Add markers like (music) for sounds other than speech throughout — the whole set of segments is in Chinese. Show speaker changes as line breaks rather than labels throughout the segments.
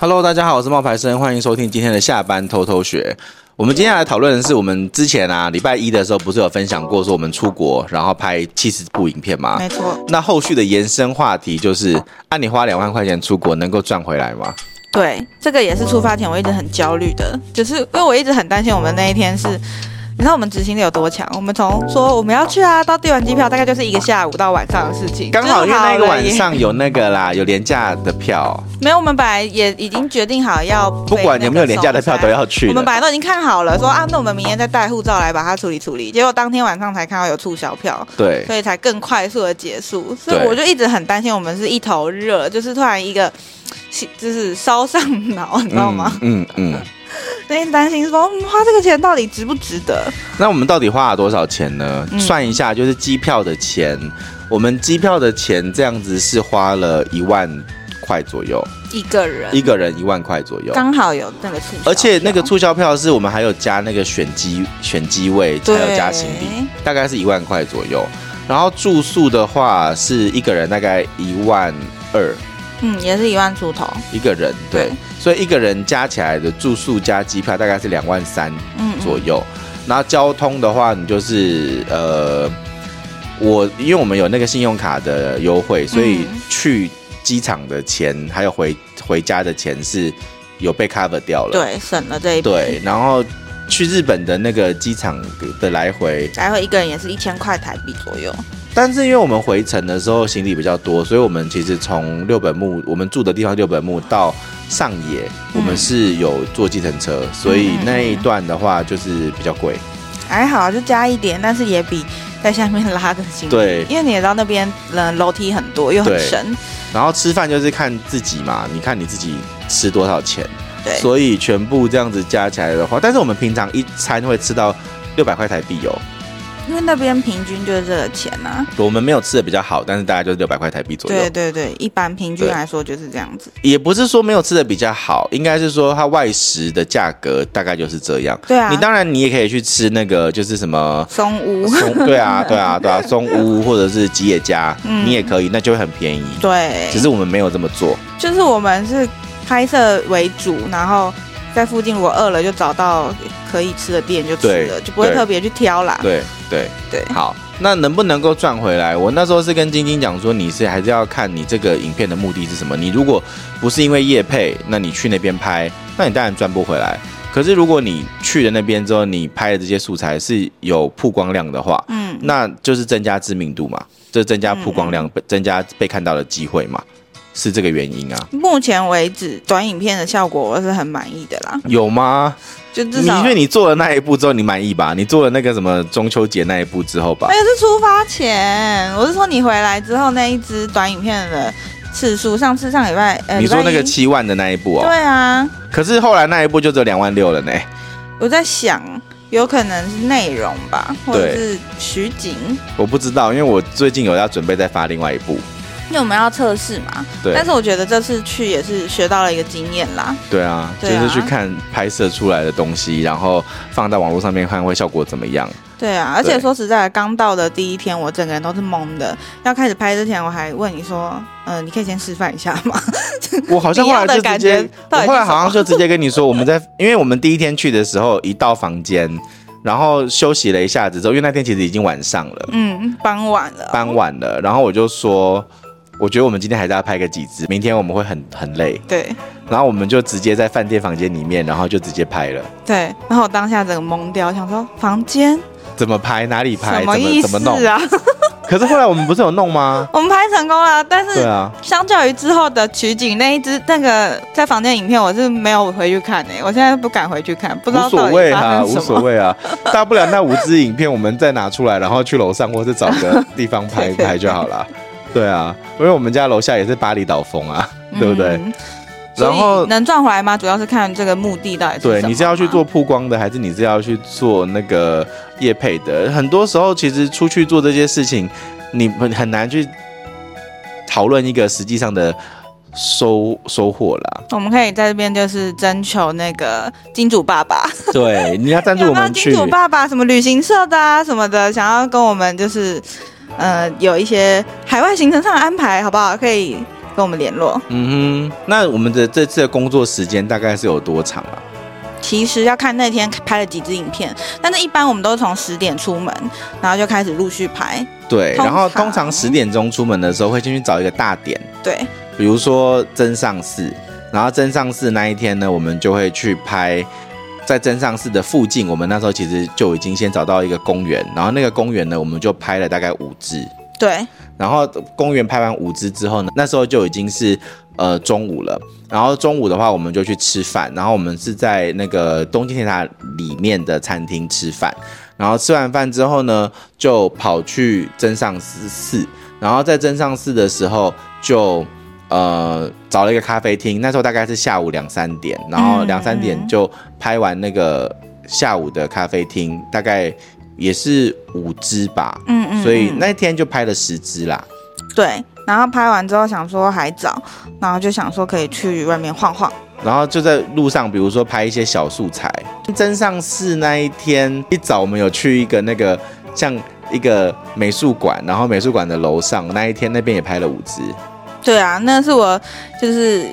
Hello，大家好，我是冒牌生，欢迎收听今天的下班偷偷学。我们今天来讨论的是，我们之前啊，礼拜一的时候不是有分享过，说我们出国然后拍七十部影片吗
没？错，
那后续的延伸话题就是，按、你花两万块钱出国能够赚回来吗？
对，这个也是出发前我一直很焦虑的，就是因为我一直很担心我们那一天是，你知道我们执行力有多强？我们从说我们要去啊，到订完机票大概就是一个下午到晚上的事情，
刚好因为
就是
那个
了
晚
耶，
上有那个啦，有廉价的票，
没有，我们本来也已经决定好要飞那
不
个
管有没有廉价的票
松
都
山
要去
我们
的。
本来都已经看好了，说啊，那我们明天再带护照来把它处理处理。结果当天晚上才看到有促销票，
对，
所以才更快速的结束。所以
对
我就一直很担心，我们是一头热，就是突然一个，就是烧上脑，你知道吗？
嗯嗯。嗯
所以担心说、嗯花这个钱到底值不值得？
那我们到底花了多少钱呢？
嗯
算一下，就是机票的钱，我们机票的钱这样子是花了一万块左右，
一个人
一个人一万块左右。
嗯刚好有那个促销票，
而且那个促销票是我们还有加那个选机选机位，还
对
有加行李，大概是一万块左右。然后住宿的话是一个人大概一万二
嗯，也是一万出头，
一个人，对
对，
所以一个人加起来的住宿加机票大概是两万三
嗯，嗯
左右。那交通的话，你就是呃，我因为我们有那个信用卡的优惠，所以
嗯
去机场的钱还有回回家的钱是有被 cover 掉了。
对，省了这一笔，
对，然后去日本的那个机场的来回，
来回一个人也是一千块台币左右，
但是因为我们回程的时候行李比较多，所以我们其实从六本木我们住的地方六本木到上野，我们是有坐计程车，所以
嗯
那一段的话就是比较贵。
还好啊就加一点，但是也比在下面拉的行李，
对
因为你也知道那边嗯楼梯很多又很
对
深，
然后吃饭就是看自己嘛，你看你自己吃多少钱，
对，
所以全部这样子加起来的话，但是我们平常一餐会吃到六百块台币哦，
因为那边平均就是这个钱啊，
我们没有吃的比较好，但是大概就是六百块台币左右。
对对对，一般平均
对
来说就是这样子，
也不是说没有吃的比较好，应该是说它外食的价格大概就是这样。
对啊。
你当然你也可以去吃那个就是什么
松屋，
(laughs)
(laughs)
松对啊，对啊，对啊，松屋或者是吉野家，你也可以，那就会很便宜。
嗯对，
只是我们没有这么做。
就是我们是拍摄为主，然后在附近如果饿了就找到可以吃的店就吃了，
对
就不会
对
特别去挑啦。
对对
对
好，那能不能够赚回来？我那时候是跟晶晶讲说，你是还是要看你这个影片的目的是什么。你如果不是因为业配，那你去那边拍，那你当然赚不回来。可是如果你去了那边之后，你拍的这些素材是有曝光量的话，
嗯，
那就是增加知名度嘛，这增加曝光量，增加被看到的机会嘛，是这个原因啊？
目前为止短影片的效果我是很满意的啦，
有吗？
就
你
至少
因为你做了那一步之后，你满意吧？你做了那个什么中秋节那一步之后吧
那，个是出发前，我是说你回来之后那一支短影片的次数，上次上礼拜呃，
你说
礼拜
那个
一
七万的那一步哦、
对啊，
可是后来那一步就只有两万六了呢。
我在想有可能是内容吧，或者
对
是取景。
我不知道，因为我最近有要准备再发另外一部。
因为我们要测试嘛，
对
但是我觉得这次去也是学到了一个经验啦，
对啊，
对啊
就是去看拍摄出来的东西，然后放到网络上面看会效果怎么
(laughs)
样。
对啊，而且
对
说实在的，刚到的第一天，我整个人都是懵的。要开始拍之前，我还问你说，嗯、你可以先示范一下
(laughs)
吗？
我好像后来就直
你要的感
接
觉，
我
到底是什么
后来好像就直接跟你说，我们在，因为我们第一天去的时候，一到房间，然后休息了一下子之后，因为那天其实已经晚上了，
嗯，傍晚了，
傍晚了，然后我就说，我觉得我们今天还是要拍个几支，明天我们会很很累，
对
然后我们就直接在饭店房间里面，然后就直接拍了。
对。然后我当下整个懵掉，想说房间
怎么拍，哪里拍，
什
怎
么
么
意
怎么弄
思。啊？？
可是后来我们不是有弄吗
(laughs) 我们拍成功了，但
对
是
啊，
相较于之后的取景那一支那个在房间影片，我是没有回去看诶、我现在不敢回去看，不知
无
道
所
到
谓
底发
啊，
生
无
什
所
么。
谓
(laughs)
啊，大不了那五支影片我们再拿出来，然后去楼上或是找个地方拍
(laughs) 对对
拍就好了。对啊，因为我们家楼下也是巴厘岛风啊，对不对？
嗯
然
所
后
以能赚回来吗？主要是看这个目的到底是
对，
什么
你是要去
嘛
做曝光的，还是你是要去做那个业配的？很多时候，其实出去做这些事情，你很很难去讨论一个实际上的收收获啦。
我们可以在这边就是征求那个金主爸
(laughs)
爸，
对，你要赞助
有
我
没有
们去
金主爸爸什么旅行社的啊什么的，想要跟我们就是呃有一些海外行程上的安排，好不好？可以跟我们联络。
嗯哼，那我们的这次的工作时间大概是有多长啊？
其实要看那天拍了几支影片，但是一般我们都从十点出门，然后就开始陆续拍。
对，
通
然后
常
通常十点钟出门的时候会先去找一个大点，
对，
比如说真上寺，然后真上寺那一天呢，我们就会去拍。在真上寺的附近，我们那时候其实就已经先找到一个公园，然后那个公园呢，我们就拍了大概五支，
对，
然后公园拍完五支之后呢，那时候就已经是呃中午了。然后中午的话，我们就去吃饭。然后我们是在那个东京铁塔里面的餐厅吃饭。然后吃完饭之后呢，就跑去真上寺寺。然后在真上寺的时候就，呃找了一个咖啡厅。那时候大概是下午两三点，然后两三点就拍完那个下午的咖啡厅，大概也是五支吧。
嗯嗯，
所以
嗯
那天就拍了十支啦。
对，然后拍完之后想说还早，然后就想说可以去外面晃晃。
然后就在路上，比如说拍一些小素材。真上市那一天一早，我们有去一个那个像一个美术馆，然后美术馆的楼上那一天那边也拍了五支。
对啊，那是我就是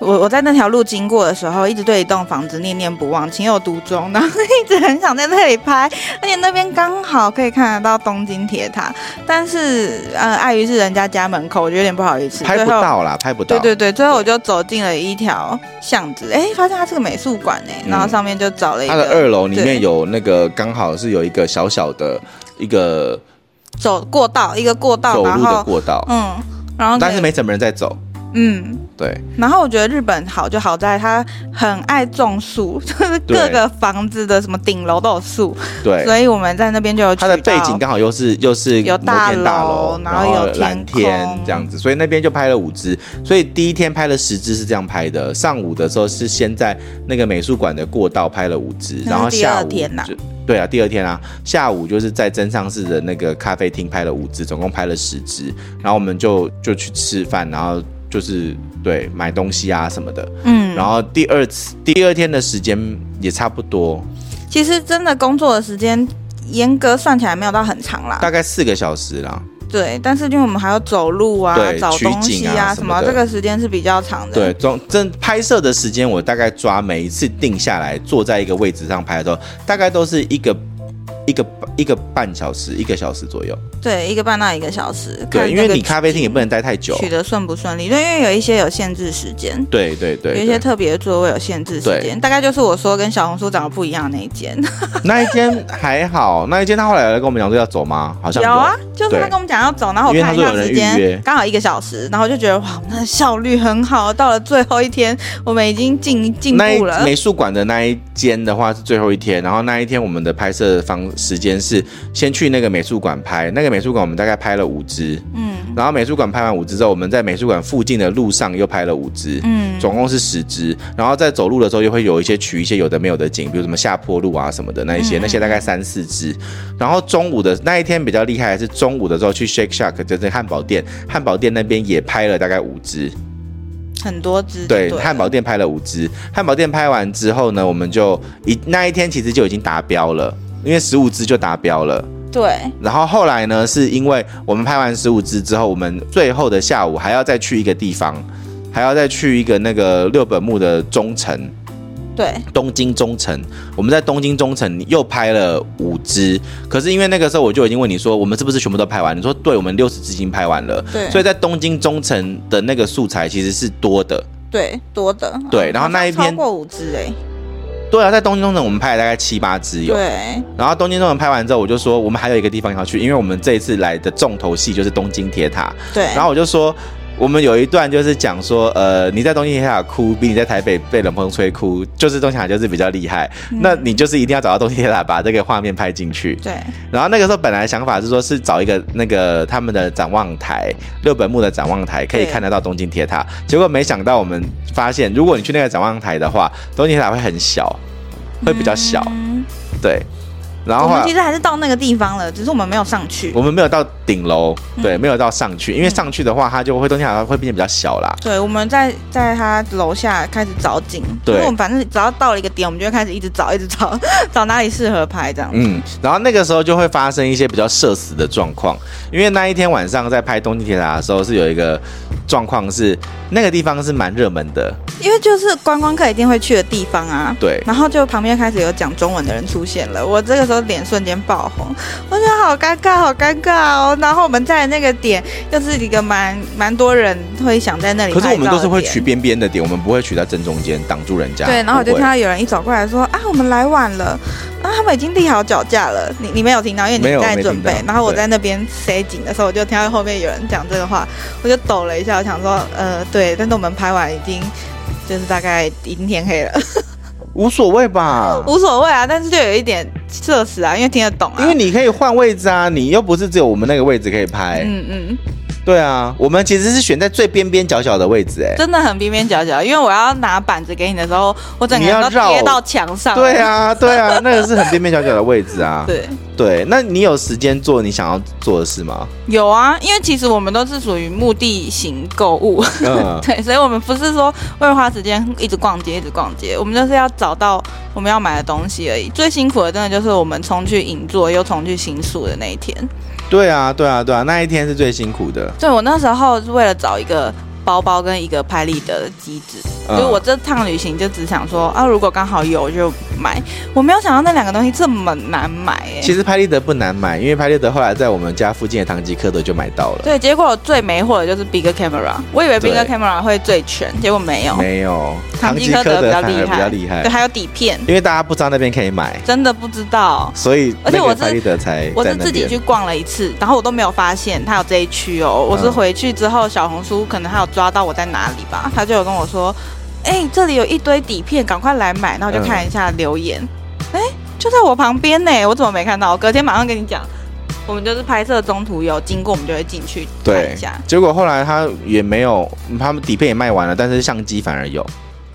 我我在那条路经过的时候，一直对一栋房子念念不忘，情有独钟，然后一直很想在那里拍，而且那边刚好可以看得到东京铁塔，但是呃，碍于是人家家门口，我觉得有点不好意思，
拍不
最后。
到啦，拍不到。
对对对，最后我就走进了一条巷子，哎，发现它是个美术馆哎，
嗯
然后上面就找了一
它的
个
二楼里
对
面有那个刚好是有一个小小的一个
走过道，一个过道，
走
然
路的
后
过道，
嗯，然后
但
可以
是没什么人在走。
嗯，
对，
然后我觉得日本好就好在它很爱种树， (laughs) 就是各个房子的什么顶楼都有树，
对，
所以我们在那边就有
它的背景
感。
刚好又是又是
有
摩天大楼，
大楼然后有
蓝
天
天
空
这样子，所以那边就拍了五支。所以第一天拍了十支是这样拍的，上午的时候是先在那个美术馆的过道拍了五支，
那是
然后下午
第二天呐
就对啊，第二天啊，下午就是在真上市的那个咖啡厅拍了五支，总共拍了十支。然后我们就就去吃饭，然后就是对买东西啊什么的。
嗯，
然后第二次第二天的时间也差不多，
其实真的工作的时间严格算起来没有到很长啦，
大概四个小时啦。
对，但是因为我们还要走路啊、
对
找东西
取景啊
什么，
什么的
这个时间是比较长的。
对，总真拍摄的时间，我大概抓每一次定下来，坐在一个位置上拍的时候，大概都是一个一个一个半小时，一个小时左右。
对一个半到一个小时。看
对，因为
那个
你咖啡厅也不能待太久。
取得顺不顺利，对，因为有一些有限制时间。
对对对
有
对
一些特别的座位有限制时间，大概就是我说跟小红书长得不一样的那一间。
那一间还好，那一间他后来有来跟我们讲说要走吗？好像
有啊，就是他
对
跟我们讲要走，然后我
因为
看一
他
下
说有人
时
预约
间，刚好一个小时，然后就觉得哇，我们的效率很好。到了最后一天，我们已经进进
那一
步了。
美术馆的那一间的话是最后一天，然后那一天我们的拍摄方时间是先去那个美术馆拍，那个美术馆我们大概拍了五支，
嗯
然后美术馆拍完五支之后，我们在美术馆附近的路上又拍了五支，
嗯，
总共是十支，然后在走路的时候又会有一些取一些有的没有的景，比如什么下坡路啊什么的那一些，
嗯嗯
那些大概三四支。然后中午的那一天比较厉害的是中午的时候去 Shake Shack，就是汉堡店，汉堡店那边也拍了大概五支，
很多只
对，
了
汉堡店拍了五支。汉堡店拍完之后呢，我们就一那一天其实就已经达标了，因为十五支就达标了。
对
然后后来呢，是因为我们拍完十五支之后，我们最后的下午还要再去一个地方，还要再去一个那个六本木的中城。
对
东京中城，我们在东京中城又拍了五支，可是因为那个时候我就已经问你说，我们是不是全部都拍完？你说对，我们六十支已经拍完了。
对
所以在东京中城的那个素材其实是多的，
对多的
对
嗯
然后那一
好像
边
超过五只哎，
对啊，在东京中城我们拍了大概七八支有，
对
然后东京中城拍完之后，我就说我们还有一个地方要去，因为我们这一次来的重头戏就是东京铁塔，
对，
然后我就说，我们有一段就是讲说，呃，你在东京铁塔哭，比你在台北被冷风吹哭，就是东京塔就是比较厉害。
嗯
那你就是一定要找到东京铁塔，把这个画面拍进去。
对
然后那个时候本来想法是说，是找一个那个他们的展望台，六本木的展望台可以
对
看得到东京铁塔。结果没想到我们发现，如果你去那个展望台的话，东京铁塔会很小，会比较小。
嗯
对。然后
我
后
们
来
其实还是到那个地方了，只是我们没有上去。
我们没有到顶楼，
嗯
对，没有到上去，因为上去的话，它就会冬天好像会变得比较小啦。
对，我们在在他楼下开始找景，
对
因为我们反正只要到了一个点，我们就会开始一直找，一直找， (laughs) 找哪里适合拍这样。
嗯，然后那个时候就会发生一些比较社死的状况，因为那一天晚上在拍《东京铁塔》的时候是有一个状况是那个地方是蛮热门的，
因为就是观光客一定会去的地方啊。
对，
然后就旁边开始有讲中文的人出现了，我这个时候脸瞬间爆红，我觉得好尴尬，好尴尬哦。然后我们在那个点又是一个蛮蛮多人会想在那里
可
拍
是
照的
我
点，
们都是会取边边的点，我们不会取到正中间挡住人家。
对，然后我就
不会
看到有人一走过来说啊，我们来晚了，啊，他们已经立好脚架了。你你没有听到，因
没
为
有
你在
没
准
听
备
到。
然后我
对
在那边塞紧的时候，我就听到后面有人讲这个话，我就抖了一下，我想说，呃，对，但是我们拍完已经就是大概已经天黑了，
无所谓吧，
无所谓啊，但是就有一点社死啊，因为听得懂啊。
因为你可以换位置啊，你又不是只有我们那个位置可以拍。
嗯嗯，
对啊，我们其实是选在最边边角角的位置、哎。
真的很边边角角，因为我要拿板子给你的时候，我整个
你
人
要
都
绕
贴到墙上。
对，啊，对啊，那个是很边边角角的位置啊。
(laughs) 对，
对，那你有时间做你想要做的事
(laughs)
吗？
有啊，因为其实我们都是属于目的型购物， (laughs)，
嗯
对，所以我们不是说为了花时间一直逛街，一直逛街，我们就是要找到我们要买的东西而已。最辛苦的真的就是我们冲去银座又冲去新宿的那一天。
对啊，对啊，对啊，那一天是最辛苦的。
对我那时候是为了找一个包包跟一个拍立得的机子，所
嗯
以我这趟旅行就只想说啊，如果刚好有我就买。我没有想到那两个东西这么难买哎、
其实拍立得不难买，因为拍立得后来在我们家附近的唐吉诃德就买到了。
对，结果最没货的就是 Big Camera，我以为 Big
对
Camera 会最全，结果没有。
没有，
唐吉
吉
诃
诃
德
德
比
反而
较厉害
比较厉害
对，，还有底片，
因为大家不知道那边可以买，
真的不知道。
所以
而且
那
我
个
是
拍立得才
我
在
是
那
自己去
边。
逛了一次，然后我都没有发现它有这一区哦。我是
嗯
回去之后，小红书可能还有抓到我在哪里吧，他就有跟我说：“哎、这里有一堆底片，赶快来买。”那我就
嗯
看一下留言，哎、就在我旁边呢，我怎么没看到？我隔天马上跟你讲，我们就是拍摄中途有经过，我们就会进去看
对
一下。，
结果后来他也没有，他们底片也卖完了，但是相机反而有。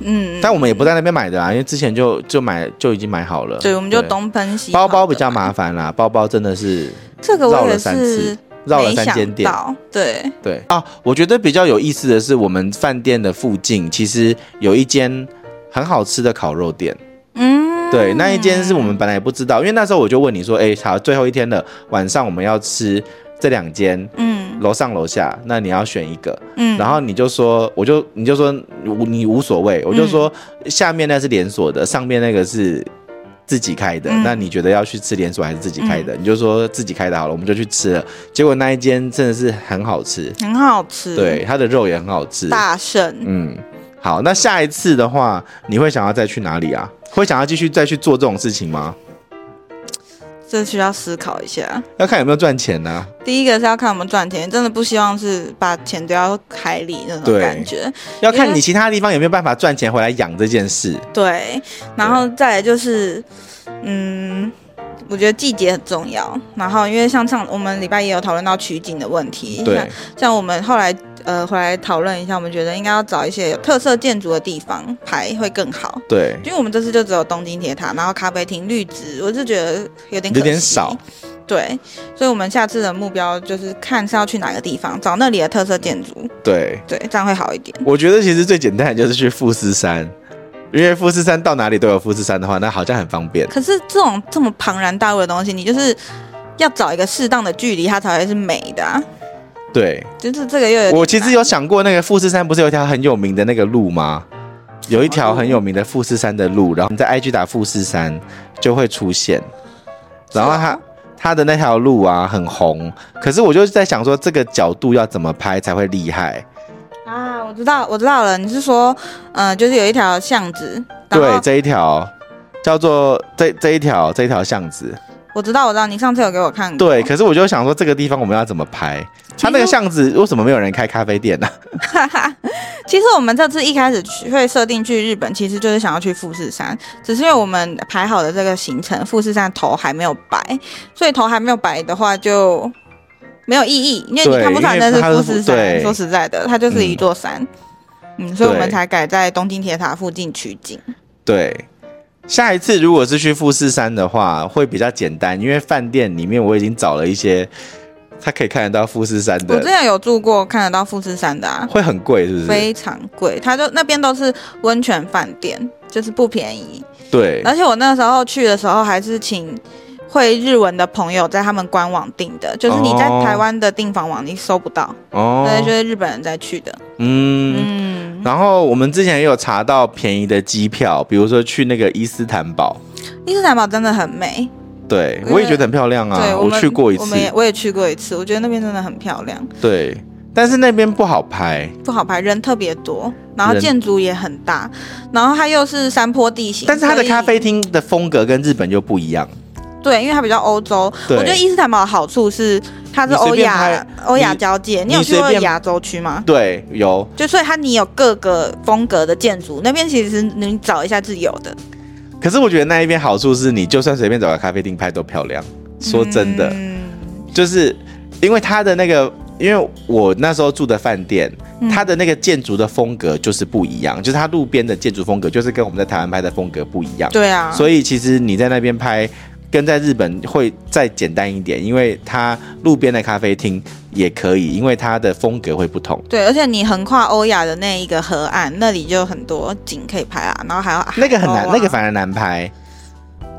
嗯，
但我们也不在那边买的啊，因为之前就就买就已经买好了。
对，我们就东奔西
包
跑
包
的
比较麻烦啦，包包真的是
这个
绕
我
了
也
三
是
次绕了
没
三间
想
店。
到，对，
对啊，我觉得比较有意思的是，我们饭店的附近其实有一间很好吃的烤肉店。
嗯，
对，那一间是我们本来也不知道，因为那时候我就问你说，哎、好，最后一天了，晚上我们要吃这两间，
嗯
楼上楼下，那你要选一个。
嗯，
然后你就说，我就你就说无你无所谓，我就说下面那是连锁的，上面那个是自己开的。
嗯
那你觉得要去吃连锁还是自己开的？你就说自己开的好了，我们就去吃了。结果那一间真的是很好吃，
很好吃，
对，，它的肉也很好吃。
大圣。
嗯，好，那下一次的话，你会想要再去哪里啊？会想要继续再去做这种事情吗？
这需要思考一下。
要看有没有赚钱啊呢、
第一个是要看我们赚钱，真的不希望是把钱丢到海里那种
对
感觉。
要看你其他地方有没有办法赚钱回来养这件事。
对，然后再来就是，嗯，我觉得季节很重要。然后因为像上我们礼拜也有讨论到取景的问题，像
对，
像我们后来呃回来讨论一下，我们觉得应该要找一些有特色建筑的地方拍会更好。
对，
因为我们这次就只有东京铁塔，然后咖啡厅、绿植，我是觉得有点可
有
惜
点少。
对，所以我们下次的目标就是看是要去哪个地方，找那里的特色建筑，
对。
对，这样会好一点。
我觉得其实最简单的就是去富士山，因为富士山到哪里都有富士山的话，那好像很方便。
可是这种这么庞然大物的东西，你就是要找一个适当的距离，它才会是美的、啊。
对
就是这个又有点
我其实
难
有想过，那个富士山不是有一条很有名的那个路吗？有一条
什么路
很有名的富士山的路，然后你在 IG 打富士山就会出现，然后
是
它
啊
它的那条路啊很红，可是我就在想说这个角度要怎么拍才会厉害？
啊，我知道，我知道了，你是说，呃，就是有一条巷子，然
对，
后
这一条叫做这这一条这一条巷子，
我知道，我知道，你上次有给我看过，
对，可是我就想说这个地方我们要怎么拍？它那个巷子为什么没有人开咖啡店啊呢、
哈哈，其实我们这次一开始去会设定去日本，其实就是想要去富士山，只是因为我们排好的这个行程，富士山头还没有白，所以头还没有白的话就没有意义，因为
对
你看不出来
因为
那是
它是
富士
富对
山。说实在的，它就是一座山。嗯，所以我们
对
才改在东京铁塔附近取景。
对，下一次如果是去富士山的话，会比较简单，因为饭店里面我已经找了一些，它可以看得到富士山
我之
的，
前有住过看得到富士山的啊，
会很贵，是不是？
非常贵，它就那边都是温泉饭店，就是不便宜。
对，
而且我那时候去的时候还是请会日文的朋友在他们官网订的，就是你在
哦
台湾的订房网你搜不到，
哦，
对，就是日本人在去的。
嗯。
嗯，
然后我们之前也有查到便宜的机票，比如说去那个伊斯坦堡，
伊斯坦堡真的很美，
对
对
我也觉得很漂亮
对
啊，
我们
去过一
我
次
们，也我也去过一次，我觉得那边真的很漂亮，
对，但是那边不好拍，
不好拍，人特别多，然后
人
建筑也很大，然后它又是山坡地形，
但是它的
所以
咖啡厅的风格跟日本又不一样，
对，因为它比较欧洲。我
对
觉得伊斯坦堡的好处是它是欧
你随
亚
便
欧亚交界，你有
你
去过
随便
亚洲区吗？
对，有。
就所以它你有各个风格的建筑，那边其实你找一下是有的。
可是我觉得那一边好处是你就算随便找个咖啡厅拍都漂亮，说真的，
嗯，
就是因为它的那个，因为我那时候住的饭店，
嗯
它的那个建筑的风格就是不一样，就是它路边的建筑风格就是跟我们在台湾拍的风格不一样。
对啊，
所以其实你在那边拍，跟在日本会再简单一点，因为它路边的咖啡厅也可以，因为它的风格会不同。
对，而且你横跨欧亚的那一个河岸，那里就有很多景可以拍啊，然后还有海
那个很难，
鸥啊
那个反而难拍。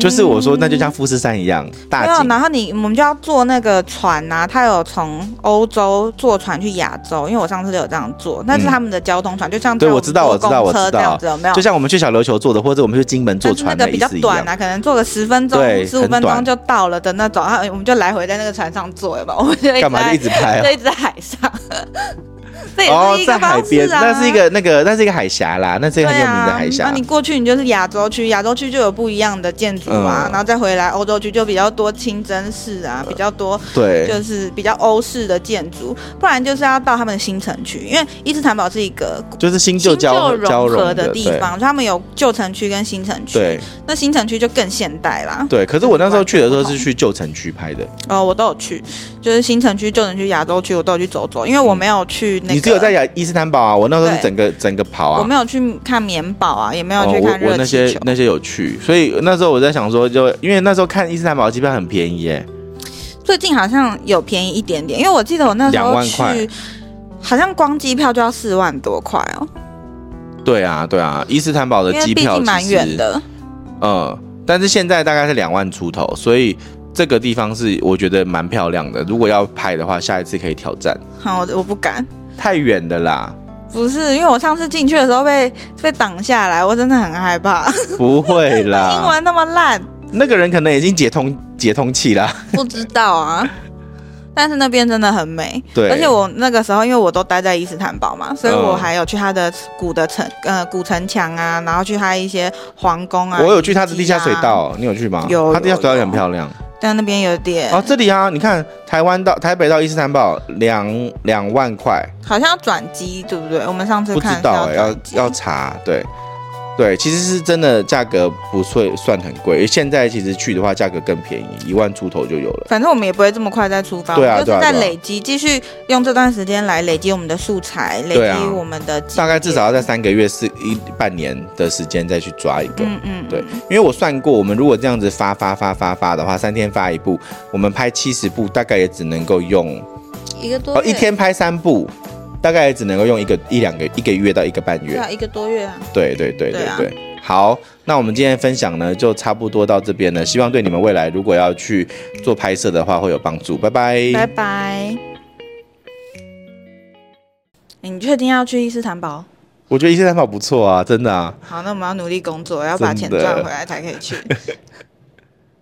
就是我说，那就像富士山一样，
没有
大，景。
然后你我们就要坐那个船呐、啊，他有从欧洲坐船去亚洲，因为我上次就有这样做，那是他们的交通船，就像
嗯对
在
我知道
们
我
坐
知道
公
我知
车这
道
样子有没有？
就像我们去小琉球坐的，或者我们去金门坐
但是那
船
个
的
比
意
较
思一
短
样。
啊，可能坐个十分钟
对、
十五分
很
钟
短
就到了的那种，然后我们就来回在那个船上坐吧，我们就一直
干嘛
在
一直拍
就
啊？
一直在海上， (laughs) 这也
哦
是一，
在
个
海
方式
边，
啊。
那是一个那个，那是一个海峡啦，那是一
对
个很有名的
啊
海，
那
峡
你。过去你就是亚洲区，亚洲区就有不一样的建筑啊，
嗯
然后再回来欧洲区就比较多清真寺啊，比较多
对，
就是比较欧式的建筑，不然就是要到他们的新城区，因为伊斯坦堡是一个
就是新旧
新
交
旧
交
融合
融
的地
对
方，所以他们有旧城区跟新城区。
对
那新城区就更现代啦。
对，可是我那时候去的时候
完全
是
不
去旧城区拍的，
哦，我都有去，就是新城区、旧城区、亚洲区，我都有去走走，因为我没有去那个，
你只有在亚伊斯坦堡啊，我那时候是
对
整个整个跑啊，
我没有去看棉堡啊，也没有去
哦
看、
我我
热
那
气
些
球。
那些有去，所以那时候我在想说就，因为那时候看伊斯坦堡的机票很便宜耶，
最近好像有便宜一点点，因为我记得我那时
两
候
万块
去，好像光机票就要四万多块哦，
对啊对啊，伊斯坦堡的
因为
机
毕
票
竟蛮
其实
远，的。 (laughs)
嗯，但是现在大概是两万出头，所以这个地方是我觉得蛮漂亮的，如果要拍的话，下一次可以挑战，
好，我我不敢，
太远的啦，
不是因为我上次进去的时候被被挡下来，我真的很害怕，
不会
(laughs) 英
啦，
文那么烂，
那个人可能已经解通解通气啦，
不知道
(laughs)
啊。但是那边真的很美，
对，
而且我那个时候，因为我都待在伊斯坦堡嘛，所以我还有去它的古的城，呃，古城墙啊，然后去它一些皇宫啊。
我有去它的
遗迹
地
啊
下水，道，你有去吗？
有
它地下
有
水道也很
有
漂亮。
但那边有点、
哦，这里啊，你看台湾到台北到伊斯坦堡两两万块，
好像要转机，对不对？我们上次
不知
看是
道、欸、要
转机
要查，对对，其实是真的价格不算算很贵，现在其实去的话价格更便宜，一万出头就有了。
反正我们也不会这么快再出发，
对啊
我们就
对啊
是在
对啊
累积，继续用这段时间来累积我们的素材，累
对啊
积我们的经验、
大概至少要在三个月、是一半年的时间再去抓一个，
嗯嗯，
对，因为我算过，我们如果这样子发发发发发的话，三天发一部，我们拍七十部，大概也只能够用
一个多
哦
月，
一天拍三部，大概也只能够用一个一两个一个月到一个半
对
月
啊，。一个多月啊。
对对对对
对啊
对。好，那我们今天的分享呢，就差不多到这边了。希望对你们未来如果要去做拍摄的话，会有帮助。拜拜。
拜拜。你确定要去伊斯坦堡？
我觉得一些三跑不错啊，真的啊。
好，那我们要努力工作，要把钱
真的
赚回来才可以去。